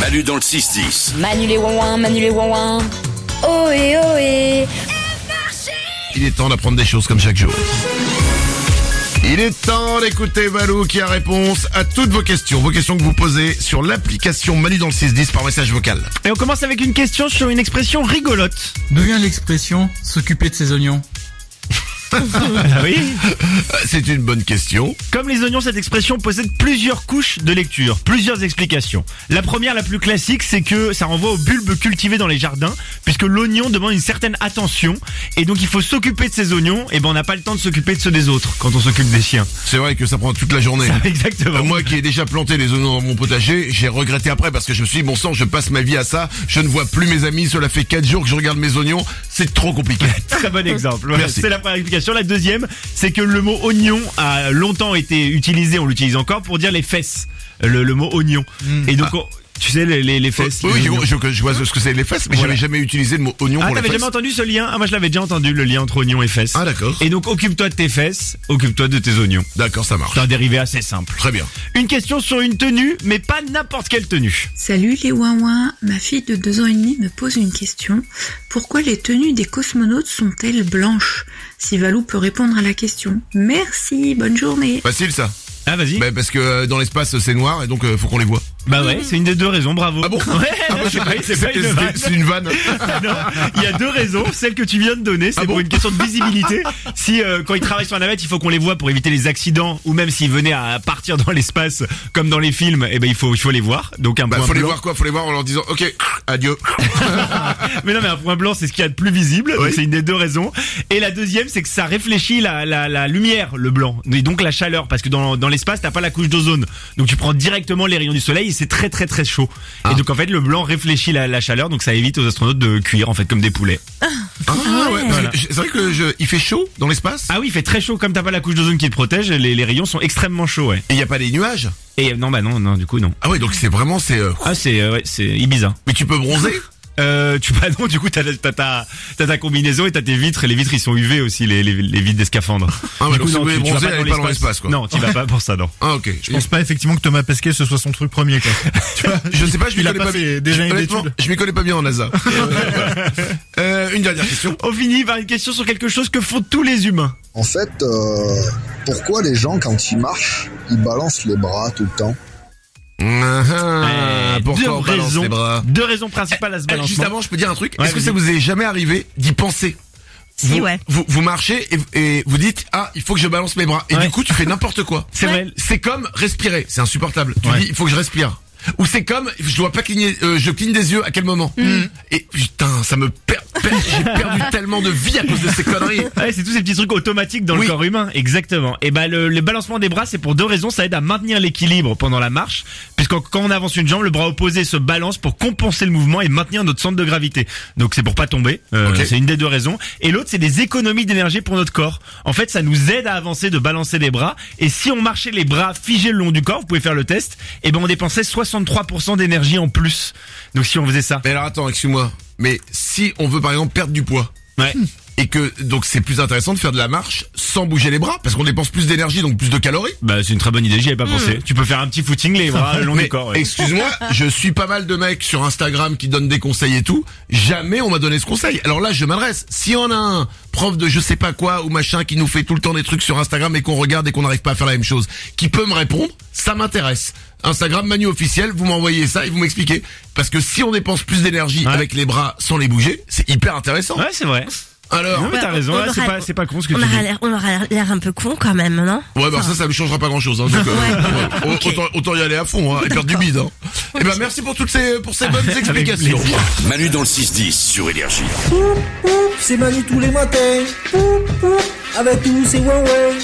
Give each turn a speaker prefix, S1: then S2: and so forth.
S1: Manu dans le 6-10.
S2: Manu les ouin Manu les ouin Ohé, ohé.
S3: Il est temps d'apprendre des choses comme chaque jour. Il est temps d'écouter Valou qui a réponse à toutes vos questions, vos questions que vous posez sur l'application Manu dans le 610 par message vocal. Euh,
S4: Et on commence avec une question sur une expression rigolote.
S5: D'où vient l'expression s'occuper de ses oignons
S3: Ah
S4: oui.
S3: Euh, C'est une bonne question.
S4: Comme les oignons, cette expression possède plusieurs couches de lecture, plusieurs explications. La première, la plus classique, c'est que ça renvoie aux bulbes cultivés dans les jardins, puisque l'oignon demande une certaine attention, et donc il faut s'occuper de ces oignons, et ben on n'a pas le temps de s'occuper de ceux des autres quand on s'occupe des chiens.
S3: C'est vrai que ça prend toute la journée.
S4: Exactement.
S3: Euh, Moi qui ai déjà planté les oignons dans mon potager, j'ai regretté après parce que je me suis dit, bon sang, je passe ma vie à ça, je ne vois plus mes amis, cela fait 4 jours que je regarde mes oignons, c'est trop compliqué.
S4: Très bon exemple. Voilà,
S3: Merci.
S4: C'est la première explication. La deuxième, c'est que le mot oignon a longtemps été utilisé, on l'utilise encore pour dire les fesses. Le, le mot oignon. Et donc, on- tu sais, les, les- les fesses.
S3: Hmm. Oui,
S4: les
S3: oui,
S4: oignons.
S3: je, je vois ce que c'est les fesses, mais
S4: Voilà.
S3: j'avais jamais utilisé le mot oignon
S4: Ah,
S3: pour les
S4: t'avais
S3: fesses.
S4: jamais entendu ce lien Ah, moi je l'avais déjà entendu, le lien entre oignon et fesses.
S3: Ah, d'accord.
S4: Et donc, occupe-toi de tes fesses, occupe-toi de tes oignons.
S3: D'accord, ça marche.
S4: C'est un dérivé assez simple.
S3: Très bien.
S4: Une question sur une tenue, mais pas n'importe quelle tenue.
S6: Salut les ouin ma fille de deux ans et demi me pose une question. Pourquoi les tenues des cosmonautes sont-elles blanches Si Valou peut répondre à la question. Merci, bonne journée.
S3: Facile ça.
S4: Ah, vas-y.
S3: Bah, parce que euh, dans l'espace c'est noir et donc euh, faut qu'on les voit.
S4: Bah ouais, c'est une des deux raisons, bravo.
S3: Ah bon
S4: Ouais, c'est pas- c'est pas une
S3: C'était-
S4: vanne. Ah
S3: C'est une vanne.
S4: Non, il y a deux raisons. Celle que tu viens de donner, c'est
S3: Ah
S4: pour
S3: bon
S4: une question de visibilité. Si euh, quand ils travaillent sur la navette, il faut qu'on les voit pour éviter les accidents, ou même s'ils venaient à partir dans l'espace, comme dans les films, eh ben il faut, il faut les voir. Donc un
S3: Bah,
S4: point
S3: faut les
S4: blanc.
S3: voir quoi Faut les voir en leur disant OK, adieu.
S4: Ah, Mais non, mais un point blanc, c'est ce qu'il y a de plus visible. Donc,
S3: Oui.
S4: C'est une des deux raisons. Et la deuxième, c'est que ça réfléchit la, la, la lumière, le blanc, et donc la chaleur, parce que dans, dans l'espace, t'as pas la couche d'ozone. Donc tu prends directement les rayons du soleil et c'est très très très chaud. Et donc en fait, le blanc réfléchit la, la chaleur, donc ça évite aux astronautes de cuire en fait comme des poulets.
S3: Ah, ouais, parce que
S4: Voilà.
S3: je- C'est vrai que je, il fait chaud dans l'espace.
S4: Ah oui, il fait très chaud comme t'as pas la couche d'ozone qui te protège, les, les rayons sont extrêmement chauds, ouais.
S3: Et il y a pas les nuages.
S4: Et euh, non, bah non, non, du coup, non.
S3: Ah ouais, donc c'est vraiment c'est. euh,
S4: Ah, c'est euh, ouais, c'est Ibiza.
S3: Mais tu peux bronzer.
S4: Euh, tu bah non, du coup, t'as t'as ta t'as ta combinaison et t'as tes vitres. Et les vitres, ils sont UV aussi, les les, les vitres des scaphandres.
S3: Ah, mais
S4: Du
S3: donc si vous voulez bronzer, allez pas dans l'espace, quoi.
S4: Non, tu vas pas pour ça, non.
S3: Ah ok.
S7: Je pense pas effectivement que Thomas Pesquet ce soit son truc premier quoi. tu vois,
S3: Je sais pas, je m'y
S7: Il a
S3: connais
S7: pas
S3: pas
S7: fait
S3: bien.
S7: des années
S3: Honnêtement,
S7: d'études.
S3: je m'y connais pas bien en NASA. Euh, une dernière question.
S4: On finit par une question sur quelque chose que font tous les humains.
S8: En fait, euh, pourquoi les gens, quand ils marchent, ils balancent les bras tout le temps
S3: Ah, ah,
S4: Euh, deux
S3: Pourquoi on balance
S4: raisons,
S3: les bras
S4: deux raisons principales à ce
S3: Eh,
S4: balancement.
S3: Juste avant, je peux dire un truc.
S4: Ouais,
S3: Est-ce que
S4: vas-y.
S3: ça vous est jamais arrivé d'y penser
S9: Si,
S3: vous,
S9: ouais.
S3: vous, vous marchez et, et vous dites ah il faut que je balance mes bras et
S4: Ouais.
S3: du coup tu fais n'importe quoi.
S4: C'est vrai.
S3: C'est comme respirer, c'est insupportable. Tu
S4: Ouais.
S3: dis il faut que je respire. Ou c'est comme je dois pas cligner, euh, je cligne des yeux à quel moment
S4: Mm.
S3: Et putain ça me perd, perd- j'ai perdu tellement de vie à cause de ces conneries.
S4: Ah Ouais, c'est tous ces petits trucs automatiques dans
S3: Oui.
S4: le corps humain, exactement. Et bah le, le balancement des bras, c'est pour deux raisons. Ça aide à maintenir l'équilibre pendant la marche, puisque quand on avance une jambe, le bras opposé se balance pour compenser le mouvement et maintenir notre centre de gravité. Donc c'est pour pas tomber. Euh,
S3: Ok.
S4: C'est une des deux raisons. Et l'autre, c'est des économies d'énergie pour notre corps. En fait, ça nous aide à avancer de balancer les bras. Et si on marchait les bras figés le long du corps, vous pouvez faire le test. Et ben on dépensait 63% d'énergie en plus. Donc si on faisait ça,
S3: Mais alors attends excuse-moi, mais si on veut par exemple perdre du poids
S4: ouais.
S3: et que donc c'est plus intéressant de faire de la marche sans bouger les bras parce qu'on dépense plus d'énergie donc plus de calories.
S4: Bah c'est une très bonne idée. J'y avais pas pensé. Tu peux faire un petit footing les bras le long
S3: Mais
S4: du corps. ouais.
S3: Excuse-moi, je suis pas mal de mecs sur Instagram qui donnent des conseils et tout. Jamais on m'a donné ce conseil. Alors là, je m'adresse. Si on a un prof de je sais pas quoi ou machin qui nous fait tout le temps des trucs sur Instagram et qu'on regarde et qu'on n'arrive pas à faire la même chose, qui peut me répondre, ça m'intéresse. Instagram Manu officiel, vous m'envoyez ça et vous m'expliquez. Parce que si on dépense plus d'énergie
S4: Ouais.
S3: avec les bras sans les bouger, c'est hyper intéressant.
S4: Ouais, c'est vrai.
S3: Alors,
S4: Non, mais t'as
S9: Ouais,
S4: raison,
S9: on
S4: là, c'est
S9: aura-
S4: pas, c'est pas con ce que
S9: On
S4: tu
S9: aura
S4: dis.
S9: l'air- on aura l'air un peu con quand même, non
S3: Ouais, bah ça, ça lui changera pas grand chose. Hein. Donc, euh, ouais. Au- autant, autant y aller à fond hein, et perdre du bide. Hein. Et ben merci pour toutes ces pour ces bonnes explications.
S4: plaisir.
S1: Manu dans le 6-10 sur Énergie.
S10: C'est Manu tous les matins. Pou, pou, Avec tous, c'est Huawei.